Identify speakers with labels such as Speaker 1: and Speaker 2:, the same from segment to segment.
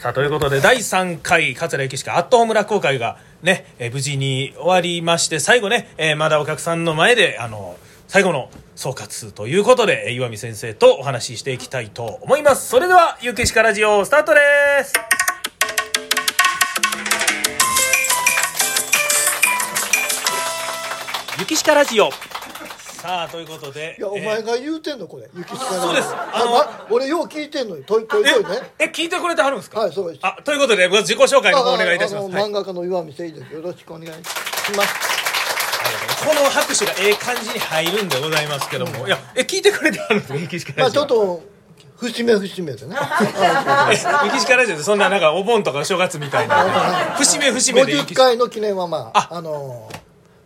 Speaker 1: さあ、ということで、第3回、桂由紀しかアットホームラ公開がね、えー無事に終わりまして、最後ね、えーまだお客さんの前で、あの、最後の総括ということで、えー岩見先生とお話ししていきたいと思います。それでは、ゆきしかラジオ、スタートですゆきしかラジオさあ、ということで。
Speaker 2: いや、お
Speaker 1: えー
Speaker 2: 前が言うてんの、これ。雪下
Speaker 1: そうですあの
Speaker 2: 俺よう聞いてんのよ。といといといね。
Speaker 1: え、え聞いてくれてはるんですか
Speaker 2: はいそうです
Speaker 1: あ、ということで、まず自己紹介の方お願いいたし
Speaker 2: あ
Speaker 1: ま
Speaker 2: あ
Speaker 1: す。
Speaker 2: の
Speaker 1: はい
Speaker 2: 漫画家の岩見誠一です。よろしくお願いします。
Speaker 1: この拍手がええ感じに入るんでございますけども、いや、え、聞いてくれてはるんですか、雪しか
Speaker 2: ま
Speaker 1: ラ
Speaker 2: あ、
Speaker 1: ジ
Speaker 2: ち
Speaker 1: オ。
Speaker 2: ょっと、節目節目でね。はい
Speaker 1: え雪しかラジオってそんななんかお盆とかお正月みたいな、節目節目で雪
Speaker 2: 50
Speaker 1: しか。
Speaker 2: 回の記念は、まあ、あの、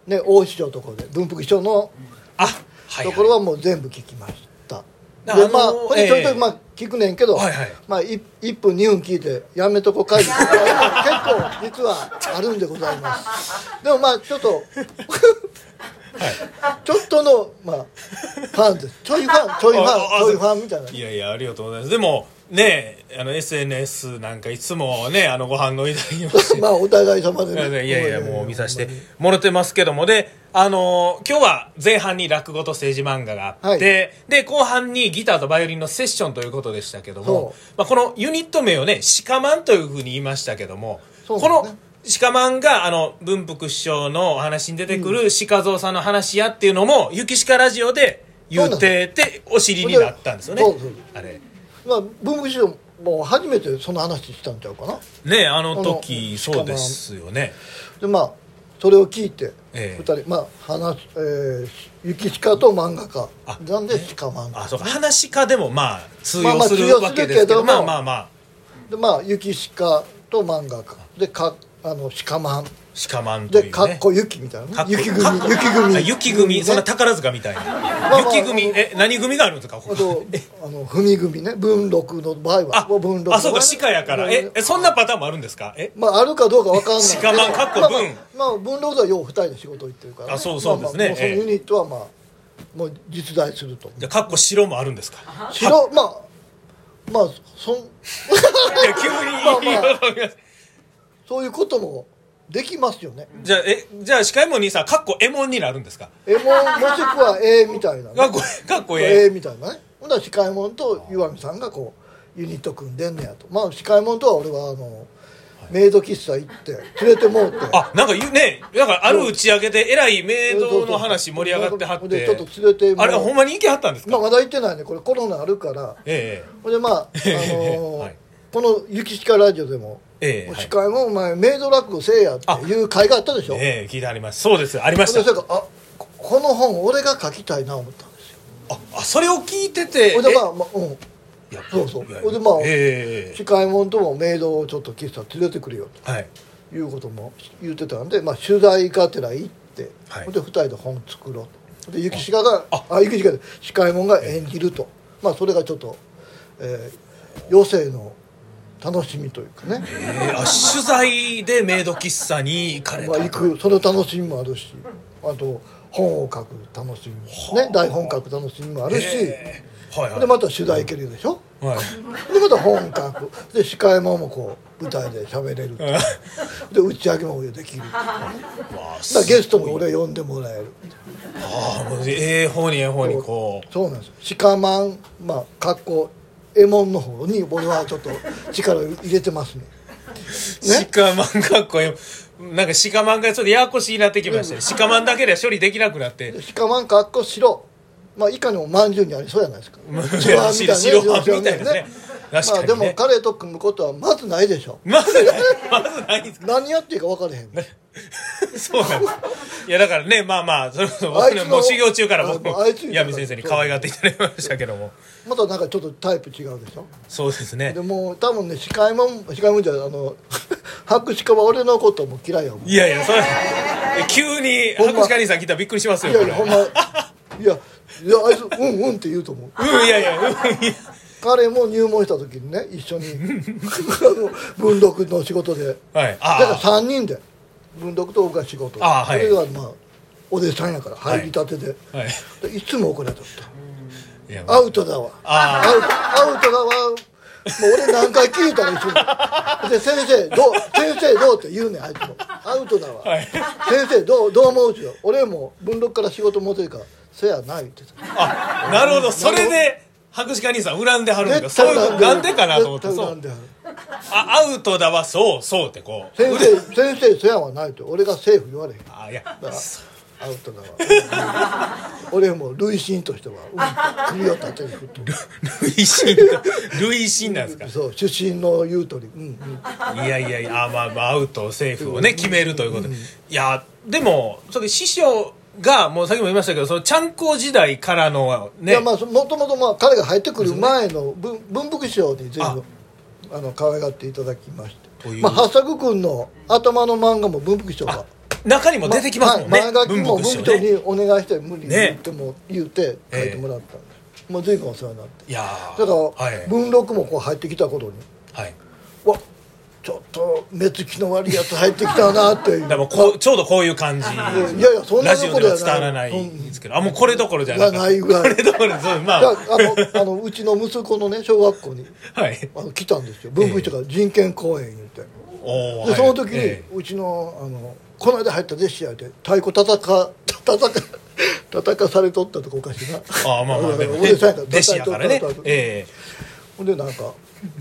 Speaker 2: ね、大師匠のところで、文福師匠の
Speaker 1: あ、はい、
Speaker 2: ところはもう全部聞きました。で
Speaker 1: だから
Speaker 2: まあ
Speaker 1: あのー
Speaker 2: これちょいちょ
Speaker 1: え
Speaker 2: い
Speaker 1: え
Speaker 2: まあ聞くねんけど、
Speaker 1: はいはい
Speaker 2: まあい一分二分聞いてやめとこかい結構 実はあるんでございます。でもまあちょっとちょっとのまあファンです。ちょいファンちょいフ
Speaker 1: あ
Speaker 2: ァ
Speaker 1: あ
Speaker 2: ンちょいファンみたいな。
Speaker 1: いやいや、ありがとうございます。でも、ねえ、あの、SNS なんかいつもね、あの、ご反応いただきまして。
Speaker 2: まあお互い様 で
Speaker 1: い
Speaker 2: ね。
Speaker 1: やいやいや、もう見させてもろてますけども、で、あのー今日は前半に落語と政治漫画があって、で、後半にギターとバイオリンのセッションということでしたけども
Speaker 2: そ、
Speaker 1: まあ、このユニット名をね、シカマンというふうに言いましたけども、
Speaker 2: そうで
Speaker 1: こ
Speaker 2: すね
Speaker 1: の、鹿マンが、あの、文福師匠のお話に出てくる鹿蔵さんの話やっていうのも、雪鹿ラジオで言ってて、お尻になったんですよね
Speaker 2: そうそう。
Speaker 1: あれ。
Speaker 2: まあ文福師匠も初めてその話したんちゃうかな。
Speaker 1: ね、あの
Speaker 2: あ
Speaker 1: 時、
Speaker 2: の
Speaker 1: そうですよね。
Speaker 2: でまあそれを聞いて
Speaker 1: ええ
Speaker 2: 二人まあ話すえー雪鹿と漫画家
Speaker 1: あ
Speaker 2: なんで鹿漫画。
Speaker 1: あそうか話し家でもまあ通
Speaker 2: まあ
Speaker 1: 用
Speaker 2: まあ
Speaker 1: す
Speaker 2: 通
Speaker 1: る
Speaker 2: 用する
Speaker 1: わけですけど
Speaker 2: けども
Speaker 1: まあまあまあ
Speaker 2: でまあ雪鹿と漫画家でかあの鹿マン
Speaker 1: しかまんという
Speaker 2: で
Speaker 1: ね
Speaker 2: かっこ雪みたいな、
Speaker 1: かっ
Speaker 2: ね、
Speaker 1: こ
Speaker 2: 雪組
Speaker 1: かっこ
Speaker 2: 雪組
Speaker 1: あ雪組、
Speaker 2: ね
Speaker 1: そんな宝塚みたいな、
Speaker 2: あまあ
Speaker 1: 雪組え何組があるんですかここ
Speaker 2: あ
Speaker 1: と
Speaker 2: あの踏み組ね文禄の場合
Speaker 1: あ
Speaker 2: は文禄はね
Speaker 1: あそうか鹿やからええそんなパターンもあるんですかえ
Speaker 2: まああるかどうかわかんないけど
Speaker 1: 鹿マンかっこ文
Speaker 2: まあ、まあ、文禄はよう二人で仕事行ってるから、
Speaker 1: あそうそうですね
Speaker 2: まあまあもうその
Speaker 1: ええ
Speaker 2: ユニットはまあもう実在すると
Speaker 1: じゃあかっこ白もあるん ですか
Speaker 2: 白まあまあそん
Speaker 1: い や急に
Speaker 2: まあまそういうこともできますよね
Speaker 1: じゃあえじゃあ鹿右衛門にさかっこエモンになるんですか
Speaker 2: えももしくはええみたいなね、
Speaker 1: かっこかっこ
Speaker 2: ええ
Speaker 1: ええ
Speaker 2: みたいなねほんなら鹿右衛門と岩見さんがこうユニット組んでんねやとまあ鹿右衛門とは俺はあのメイド喫茶行って連れてもうて
Speaker 1: あなんか言うねなんかある打ち上げでえらいメイドの話盛り上がってはって
Speaker 2: でちょっと連れてもう
Speaker 1: あれほんまに行けはったんですか、
Speaker 2: まあ、まだ行ってないねこれコロナあるから
Speaker 1: ええ
Speaker 2: ほんで まあ、あのー
Speaker 1: はい
Speaker 2: この「雪鹿ラジオ」でも
Speaker 1: ええ
Speaker 2: もう鹿右衛門お前メイド落語せえや」っていう会があったでしょ、
Speaker 1: ええ聞いてありますそうですありまし
Speaker 2: ほんで
Speaker 1: た
Speaker 2: それからあここの本俺が書きたいな思ったんですよ
Speaker 1: ああそれを聞いてて
Speaker 2: ほんで
Speaker 1: え
Speaker 2: まあ、まあ、うん
Speaker 1: いや
Speaker 2: そうそう
Speaker 1: いや
Speaker 2: ほんでまあ
Speaker 1: ええ
Speaker 2: 鹿右衛門ともメイドをちょっと喫茶連れてくるよと
Speaker 1: はい
Speaker 2: いうことも言ってたんで、まあ、取材がてら行って、
Speaker 1: はい
Speaker 2: ほんで二人で本作ろうとで雪鹿があ雪鹿で鹿右衛門が演じると、まあそれがちょっと、えー、余生の楽しみというかね、
Speaker 1: ええあ取材でメイド喫茶に行かれ
Speaker 2: まあ、
Speaker 1: た
Speaker 2: 行くその楽しみもあるしあと本を書く楽しみも、ね、台本書く楽しみもあるし、
Speaker 1: ええはいはい
Speaker 2: でまた取材行けるでしょ、
Speaker 1: はい
Speaker 2: でまた本書くで鹿右衛門もこう舞台で喋れるっていうで打ち上げもできる
Speaker 1: わあ
Speaker 2: だから
Speaker 1: す
Speaker 2: ゲストも俺呼んでもらえる
Speaker 1: ああもうええ方にええ方にこ
Speaker 2: そうなんです鹿マンまあかっこエモンの方に俺はちょっと力を入れてますね
Speaker 1: う鹿マンかっこええなんか鹿マンがちょっとややこしいなってきましたね鹿マンだけでは処理できなくな って
Speaker 2: 鹿マンかっこ白まあいかにもまんじゅうにありそうじゃないですか
Speaker 1: 白あんみたいなね
Speaker 2: 白あん
Speaker 1: 白あんみたいなね確かに
Speaker 2: まあ
Speaker 1: ね
Speaker 2: でも彼と組むことはまずないでしょ
Speaker 1: まずないまずないんですか
Speaker 2: 何やっていいか分からへん
Speaker 1: そうなんです。いや、だからね、まあまあ、それこそ
Speaker 2: あいつ
Speaker 1: 僕
Speaker 2: の
Speaker 1: もう修行中から僕も
Speaker 2: ああいつ、の
Speaker 1: 闇先生に可愛がっていただきましたけども。
Speaker 2: またなんかちょっとタイプ違うでしょ
Speaker 1: そうですね
Speaker 2: で。も多分ね鹿右衛門鹿右衛門じゃないあの 白鹿は俺のことも嫌いやもん
Speaker 1: いやいや、それ、急に、
Speaker 2: ほんま
Speaker 1: 白石兄さん来たらびっくりしますよ、
Speaker 2: いや
Speaker 1: こ
Speaker 2: い
Speaker 1: れ。
Speaker 2: やほんまいやいやあいつうんうんって言うと思う
Speaker 1: うん、いやいや、うん、いや。
Speaker 2: 彼も入門した時にね一緒に あの文禄の仕事で
Speaker 1: はい。
Speaker 2: だから
Speaker 1: ああ、
Speaker 2: 3人で文禄と僕が仕事を
Speaker 1: あーはい
Speaker 2: それがまあお弟子さんやから入りたてで、
Speaker 1: はい
Speaker 2: でいつも怒られとった
Speaker 1: いや、
Speaker 2: アウトだわ
Speaker 1: あ
Speaker 2: アウトアウトだわもう俺何回聞いたら 一緒にで先生どう先生どうって言うねんあいつもアウトだわ、
Speaker 1: はい
Speaker 2: 先生どうどう思うっすよ俺も文禄から仕事持てるからせやないって言って
Speaker 1: あなるほどそれで博士課兄さん恨んではるんだ
Speaker 2: 絶
Speaker 1: そうい
Speaker 2: 対
Speaker 1: うことなんでかなと思って
Speaker 2: 絶
Speaker 1: そ
Speaker 2: 対なん
Speaker 1: う
Speaker 2: でや
Speaker 1: あアウトだわそうそうってこう
Speaker 2: 先生先生せやはないと俺がセーフ言われへん
Speaker 1: あいやそ
Speaker 2: アウトだわ 俺も累進としては、うん首を縦に 振って
Speaker 1: う累進累進なんですか
Speaker 2: そう出身の言う通り、うんうん、
Speaker 1: いやいやいやあまあまあアウト政府をね決めるということでいやでもそれ師匠がもうさっきも言いましたけどそのちゃんこ時代からの
Speaker 2: い
Speaker 1: ね
Speaker 2: やまあそもともとまあ彼が入ってくる前の文文福師匠に全部あの可愛がっていただきまし
Speaker 1: と
Speaker 2: て
Speaker 1: いう
Speaker 2: まあ八作君の頭の漫画も文福師匠が
Speaker 1: 中にも出てきますもん
Speaker 2: は
Speaker 1: ね
Speaker 2: い前書き
Speaker 1: 文
Speaker 2: も
Speaker 1: 福
Speaker 2: 文
Speaker 1: 師
Speaker 2: 福師
Speaker 1: 匠
Speaker 2: 匠
Speaker 1: ね
Speaker 2: にお願いして無理に
Speaker 1: ね
Speaker 2: 言っても言って書いてもらったんです、もう随分お世話になって
Speaker 1: いや
Speaker 2: だから、
Speaker 1: はい
Speaker 2: 文禄もこう入ってきた頃に
Speaker 1: はい
Speaker 2: わちょっと目つきの悪いやつ入ってきたなっていう
Speaker 1: だからもうこうちょうどこういう感じ
Speaker 2: いやいやそんな
Speaker 1: ラ
Speaker 2: と
Speaker 1: ジオ
Speaker 2: こ
Speaker 1: で
Speaker 2: ろ
Speaker 1: は
Speaker 2: や
Speaker 1: 伝わらないんですけどあもうこれどころじゃな
Speaker 2: じゃない
Speaker 1: い
Speaker 2: ぐらい
Speaker 1: これどころそうまあ
Speaker 2: だあのあのうちの息子のね小学校に
Speaker 1: はい
Speaker 2: あの来たんですよ文具市から人権公演言って、
Speaker 1: おーは
Speaker 2: で
Speaker 1: い
Speaker 2: その時に、
Speaker 1: え
Speaker 2: うちのあのこの間入った弟子やで太鼓叩か叩か 叩かされとったとかおかしいな
Speaker 1: えああまあま あでも
Speaker 2: 俺
Speaker 1: ね
Speaker 2: さやから
Speaker 1: 弟子やからね
Speaker 2: 叩いとった叩いとった
Speaker 1: え
Speaker 2: ほんでなんか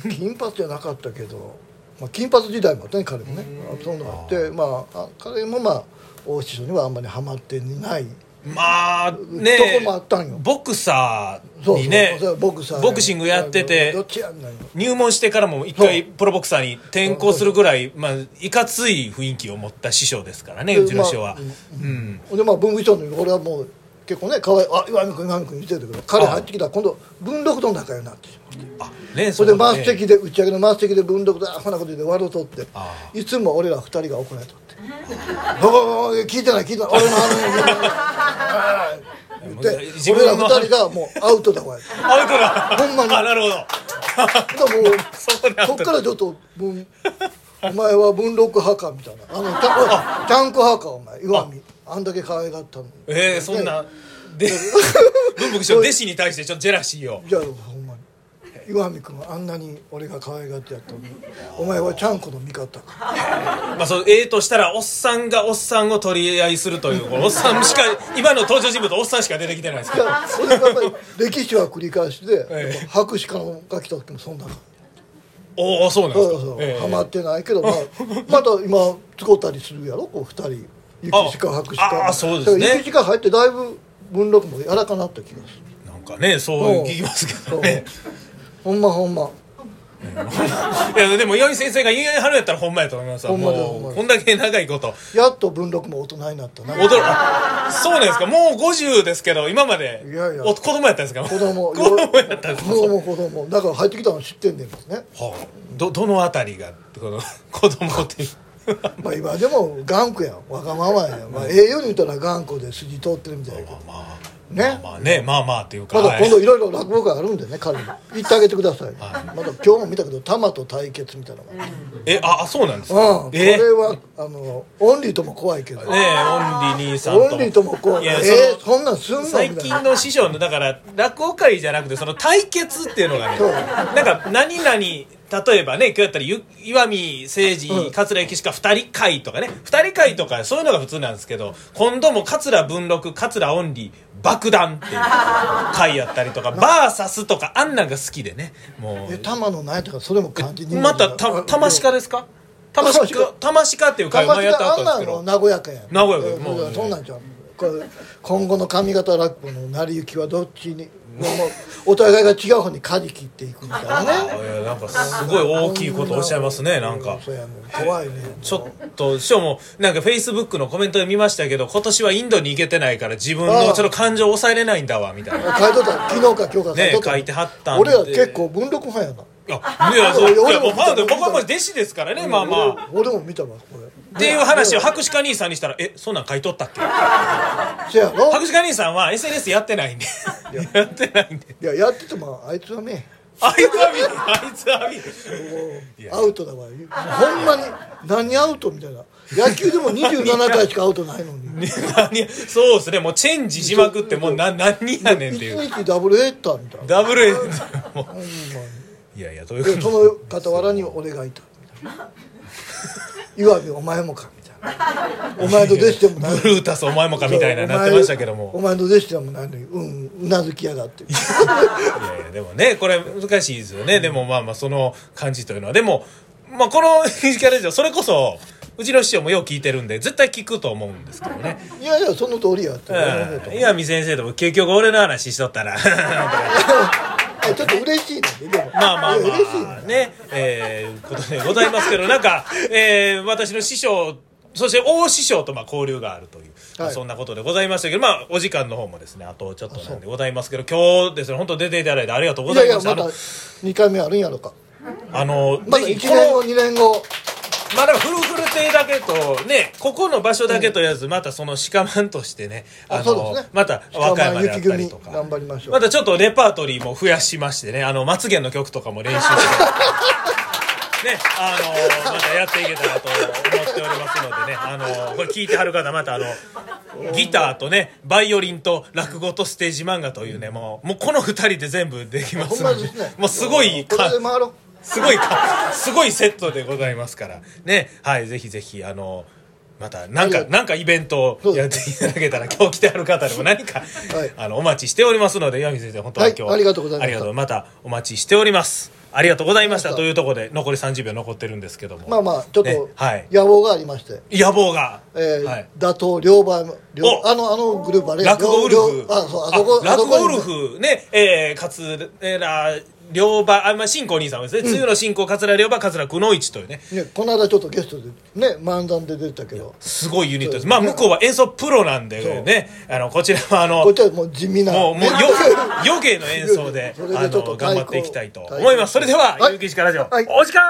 Speaker 2: 金髪じゃなかったけど、まあ、金髪時代もあったね彼もねあそういうのがあってまああ彼もまあ大師匠にはあんまりハマってない
Speaker 1: えまあね
Speaker 2: どこもあったんよ
Speaker 1: ボクサーにね
Speaker 2: そうそうボクサー
Speaker 1: ボクシングやってて
Speaker 2: どっちやんない
Speaker 1: 入門してからも一回プロボクサーに転向するぐらい、まあ、いかつい雰囲気を持った師匠ですからね、
Speaker 2: で
Speaker 1: うちの師匠は。
Speaker 2: ま
Speaker 1: うん。
Speaker 2: ほんでまあ文具長の俺はもう結構ね可愛いあ岩見君岩見君言ってたけど彼入ってきたら今度文禄との仲良くなってしまう
Speaker 1: あ、ね、
Speaker 2: それで
Speaker 1: の
Speaker 2: 満席で打ち上げの満席で文禄でアホなこと言って笑うとって
Speaker 1: あ
Speaker 2: いつも俺ら二人が怒られとって「おいおいおい聞いてない聞いてない俺のあの言って
Speaker 1: 自
Speaker 2: 俺
Speaker 1: 分
Speaker 2: ら
Speaker 1: の
Speaker 2: 二人がもうアウト だわ
Speaker 1: アウトだ。
Speaker 2: ほんまに
Speaker 1: あ、なるほど。
Speaker 2: だからもう
Speaker 1: そうなんだ
Speaker 2: そっからちょっと文お前は文禄派かみたいなあのたちゃんこ派かお前岩見あんだけ可愛がったのに
Speaker 1: ええそんな。で、 文福師匠、弟子に対してちょっとジェラシーを。
Speaker 2: じゃあほんまに岩見君はあんなに俺が可愛がってやったのにお前はちゃんこの味方か
Speaker 1: まあ、そう、ええとしたら、おっさんがおっさんを取り合いするという、 このおっさんしか、今の登場人物、おっさんしか出てきてないですけ
Speaker 2: い
Speaker 1: ど。
Speaker 2: やそれがやっぱり歴史は繰り返しで、
Speaker 1: ええ
Speaker 2: 白紙からが来た時もそんな感じ
Speaker 1: おお、そうなんで
Speaker 2: そ
Speaker 1: す
Speaker 2: う
Speaker 1: か。
Speaker 2: そう、
Speaker 1: ええ
Speaker 2: ハマってないけど、まあ、また今使ったりするやろこう二人雪鹿白
Speaker 1: あ
Speaker 2: 鹿
Speaker 1: あそうですね
Speaker 2: だから雪鹿入ってだいぶ文禄もやらかなった気がする
Speaker 1: なんかね、そう聞きますけどね。
Speaker 2: ほんまほんま
Speaker 1: いやでも岩見先生が言いはるやったらほんまやと思いますわ
Speaker 2: ほんまだほん
Speaker 1: も
Speaker 2: ま
Speaker 1: う
Speaker 2: だ
Speaker 1: こんだけ長いこと
Speaker 2: やっと文禄も大人になったな
Speaker 1: 驚あそうなんですかもう50ですけど今まで
Speaker 2: いやいや
Speaker 1: お子供やったんですか
Speaker 2: 子供
Speaker 1: 子供やったんですか
Speaker 2: 子供子供だから入ってきたの知ってんねんですね
Speaker 1: はあどどのあたりがこの 子供っていう
Speaker 2: まあ今でも頑固やんわがままやん、まあ、ええように言ったら頑固で筋通ってるみたいやけど
Speaker 1: まあ
Speaker 2: ね
Speaker 1: まあねまあまあっていうか
Speaker 2: まだ
Speaker 1: はい
Speaker 2: 今度いろいろ落語会あるんでね彼に言ってあげてください、まだ今日も見たけど玉と対決みたいなのが
Speaker 1: えああそうなんですか
Speaker 2: うん、
Speaker 1: え
Speaker 2: これはあのオンリーとも怖いけど、
Speaker 1: ねえオンリー兄さんと
Speaker 2: オンリーとも怖い
Speaker 1: いや
Speaker 2: えー、
Speaker 1: その
Speaker 2: そんなんすんのみたい
Speaker 1: 最
Speaker 2: な
Speaker 1: 近の師匠のだから落語会じゃなくてその対決っていうのがね
Speaker 2: そう
Speaker 1: なんか何々例えばね今日やったらゆ岩見誠二桂岸か二人会とかね二人会とかそういうのが普通なんですけど今度も桂文禄桂オンリー爆弾っていう会やったり とかバーサスとかあんなんが好きでねも
Speaker 2: え
Speaker 1: う
Speaker 2: 玉のないとかそれも感じに
Speaker 1: またた玉しかですか玉しか玉しかっていう会
Speaker 2: 玉
Speaker 1: 前や
Speaker 2: し
Speaker 1: ったらあ
Speaker 2: かあ
Speaker 1: った
Speaker 2: ん
Speaker 1: んです
Speaker 2: な
Speaker 1: け
Speaker 2: の
Speaker 1: ど
Speaker 2: 名古屋かやん
Speaker 1: 名古屋かも
Speaker 2: も
Speaker 1: う
Speaker 2: うそんなんじゃんこれ今後の上方落語の成り行きはどっちにもうお互いが違う方に舵切っていくみたい
Speaker 1: あ
Speaker 2: なね
Speaker 1: いやなんかすごい大きいことをおっしゃいますねなんか。
Speaker 2: そうやね怖いね
Speaker 1: ちょっと、師匠も、なんかフェイスブックのコメントで見ましたけど、今年はインドに行けてないから自分
Speaker 2: あ
Speaker 1: の
Speaker 2: あ
Speaker 1: その感情を抑えれないんだわ、みたいな。
Speaker 2: 書いとった昨日か今日か書いと
Speaker 1: ね
Speaker 2: った、
Speaker 1: 書いてはったんで。
Speaker 2: 俺ら結構文禄派やな
Speaker 1: あ。いや、そう、い
Speaker 2: 俺
Speaker 1: や、
Speaker 2: も
Speaker 1: もうまあでも僕はもう弟子ですからね、まあまあ。
Speaker 2: 俺も俺も見たわこれ
Speaker 1: っていう話を博士課兄さんにしたら、え、そんなん書いとったっけ
Speaker 2: せやろ
Speaker 1: 博士課兄さんは SNS やってないんで。やってないんで。
Speaker 2: いややっててもあいつはね
Speaker 1: あいつは見る、あいつは見る。や
Speaker 2: アウトだわほんまに何アウトみたいな野球でも27回しかアウトないのに
Speaker 1: 何そうですね、もうチェンジしまくって、もうな、何やねんっていう。
Speaker 2: 1日ダブルヘッダーみたいな
Speaker 1: ダブルエンジンもう
Speaker 2: ほんまに
Speaker 1: いいやいやということ
Speaker 2: で
Speaker 1: で
Speaker 2: その傍らにお願いと岩見お前もかみたいなお前の弟子でも
Speaker 1: ブ
Speaker 2: ない
Speaker 1: ルータスお前もか みたいな
Speaker 2: そ
Speaker 1: な
Speaker 2: うお
Speaker 1: っ
Speaker 2: 前
Speaker 1: てましたけど
Speaker 2: お
Speaker 1: も
Speaker 2: 前の弟子でもないのにうんうなずきやがって
Speaker 1: いやいやでもねこれ難しいですよね、でもまあまあその感じというのはでもまあこの石川ラジオそれこそうちの師匠もよう聞いてるんで絶対聞くと思うんですけどね
Speaker 2: いやいやその通りやって、
Speaker 1: うん岩見先生とも結局俺の話しと ったら
Speaker 2: あちょっと嬉しいのででも
Speaker 1: まあまあ
Speaker 2: いや嬉しい
Speaker 1: まあねえー、ことでございますけどなんか、えー、私の師匠そして大師匠とまあ交流があるという、まあ
Speaker 2: はい
Speaker 1: そんなことでございましたけど、まあ、お時間の方もですねあとちょっとなんでございますけど今日ですね本当出ていただいてありがとうご
Speaker 2: い
Speaker 1: ざ
Speaker 2: や
Speaker 1: い
Speaker 2: いや
Speaker 1: ました
Speaker 2: まだ2回目あるんやろか
Speaker 1: あのあの
Speaker 2: まだ
Speaker 1: ぜ
Speaker 2: 1
Speaker 1: ひ
Speaker 2: 年
Speaker 1: この
Speaker 2: 後2年後
Speaker 1: まだフルフル亭だけとねここの場所だけとりあえずまたその鹿マンとしてね
Speaker 2: あ
Speaker 1: の
Speaker 2: そうですね
Speaker 1: また和歌山であったりとか
Speaker 2: 鹿満雪組頑張りましょう
Speaker 1: たちょっとレパートリーも増やしましてねあのまつげの曲とかも練習し てねあのまたやっていけたらと思っておりますのでねあのこれ聞いてはる方またあのギターとねバイオリンと落語とステージ漫画というねもうもうこの2人で全部できま
Speaker 2: ほん
Speaker 1: す
Speaker 2: ま
Speaker 1: の
Speaker 2: で
Speaker 1: です
Speaker 2: ね
Speaker 1: もうすごい
Speaker 2: こ
Speaker 1: か
Speaker 2: れで回ろう
Speaker 1: すごいか、すごいセットでございますから。ね。はい、ぜひぜひ、あの、また、なんか、
Speaker 2: はい
Speaker 1: なんかイベントをやっていただけたら、今日来てある方でも何か、
Speaker 2: い
Speaker 1: あの、お待ちしておりますので、岩見先生、本当は今日、
Speaker 2: はいありがとうございました
Speaker 1: ありがとう。また、お待ちしております。ありがとうございました。
Speaker 2: あり
Speaker 1: と
Speaker 2: が
Speaker 1: いうところで、残り30秒残ってるんですけども。
Speaker 2: まあまあちょっ
Speaker 1: ね
Speaker 2: と
Speaker 1: はい
Speaker 2: 野望がありまして、
Speaker 1: 野望が。
Speaker 2: えー
Speaker 1: はい。
Speaker 2: 打倒両番両
Speaker 1: お
Speaker 2: あのあのグループあれ
Speaker 1: 落語ウル
Speaker 2: 両
Speaker 1: フ。
Speaker 2: 両あそうあそこ
Speaker 1: あ落語ウル
Speaker 2: あそこ
Speaker 1: フ、ね、えー、桂両馬、あ、まあ、新行兄さんはですね、梅雨の新行、桂両馬、桂久能一というね、
Speaker 2: にねこの間ちょっとゲストでね漫談で出てたけど
Speaker 1: すごいユニットです。まあ、向こうは演奏プロなんでね、あの、こちらはあの、
Speaker 2: こ
Speaker 1: も
Speaker 2: っちはもう地味な
Speaker 1: う、もう、よ
Speaker 2: ね、
Speaker 1: 余計の演奏で、
Speaker 2: それ
Speaker 1: あ
Speaker 2: でちょ
Speaker 1: の、
Speaker 2: っと
Speaker 1: 頑張っていきたいと思います。それでは、
Speaker 2: はい
Speaker 1: ゆうきしかラジオ、
Speaker 2: はい
Speaker 1: お時間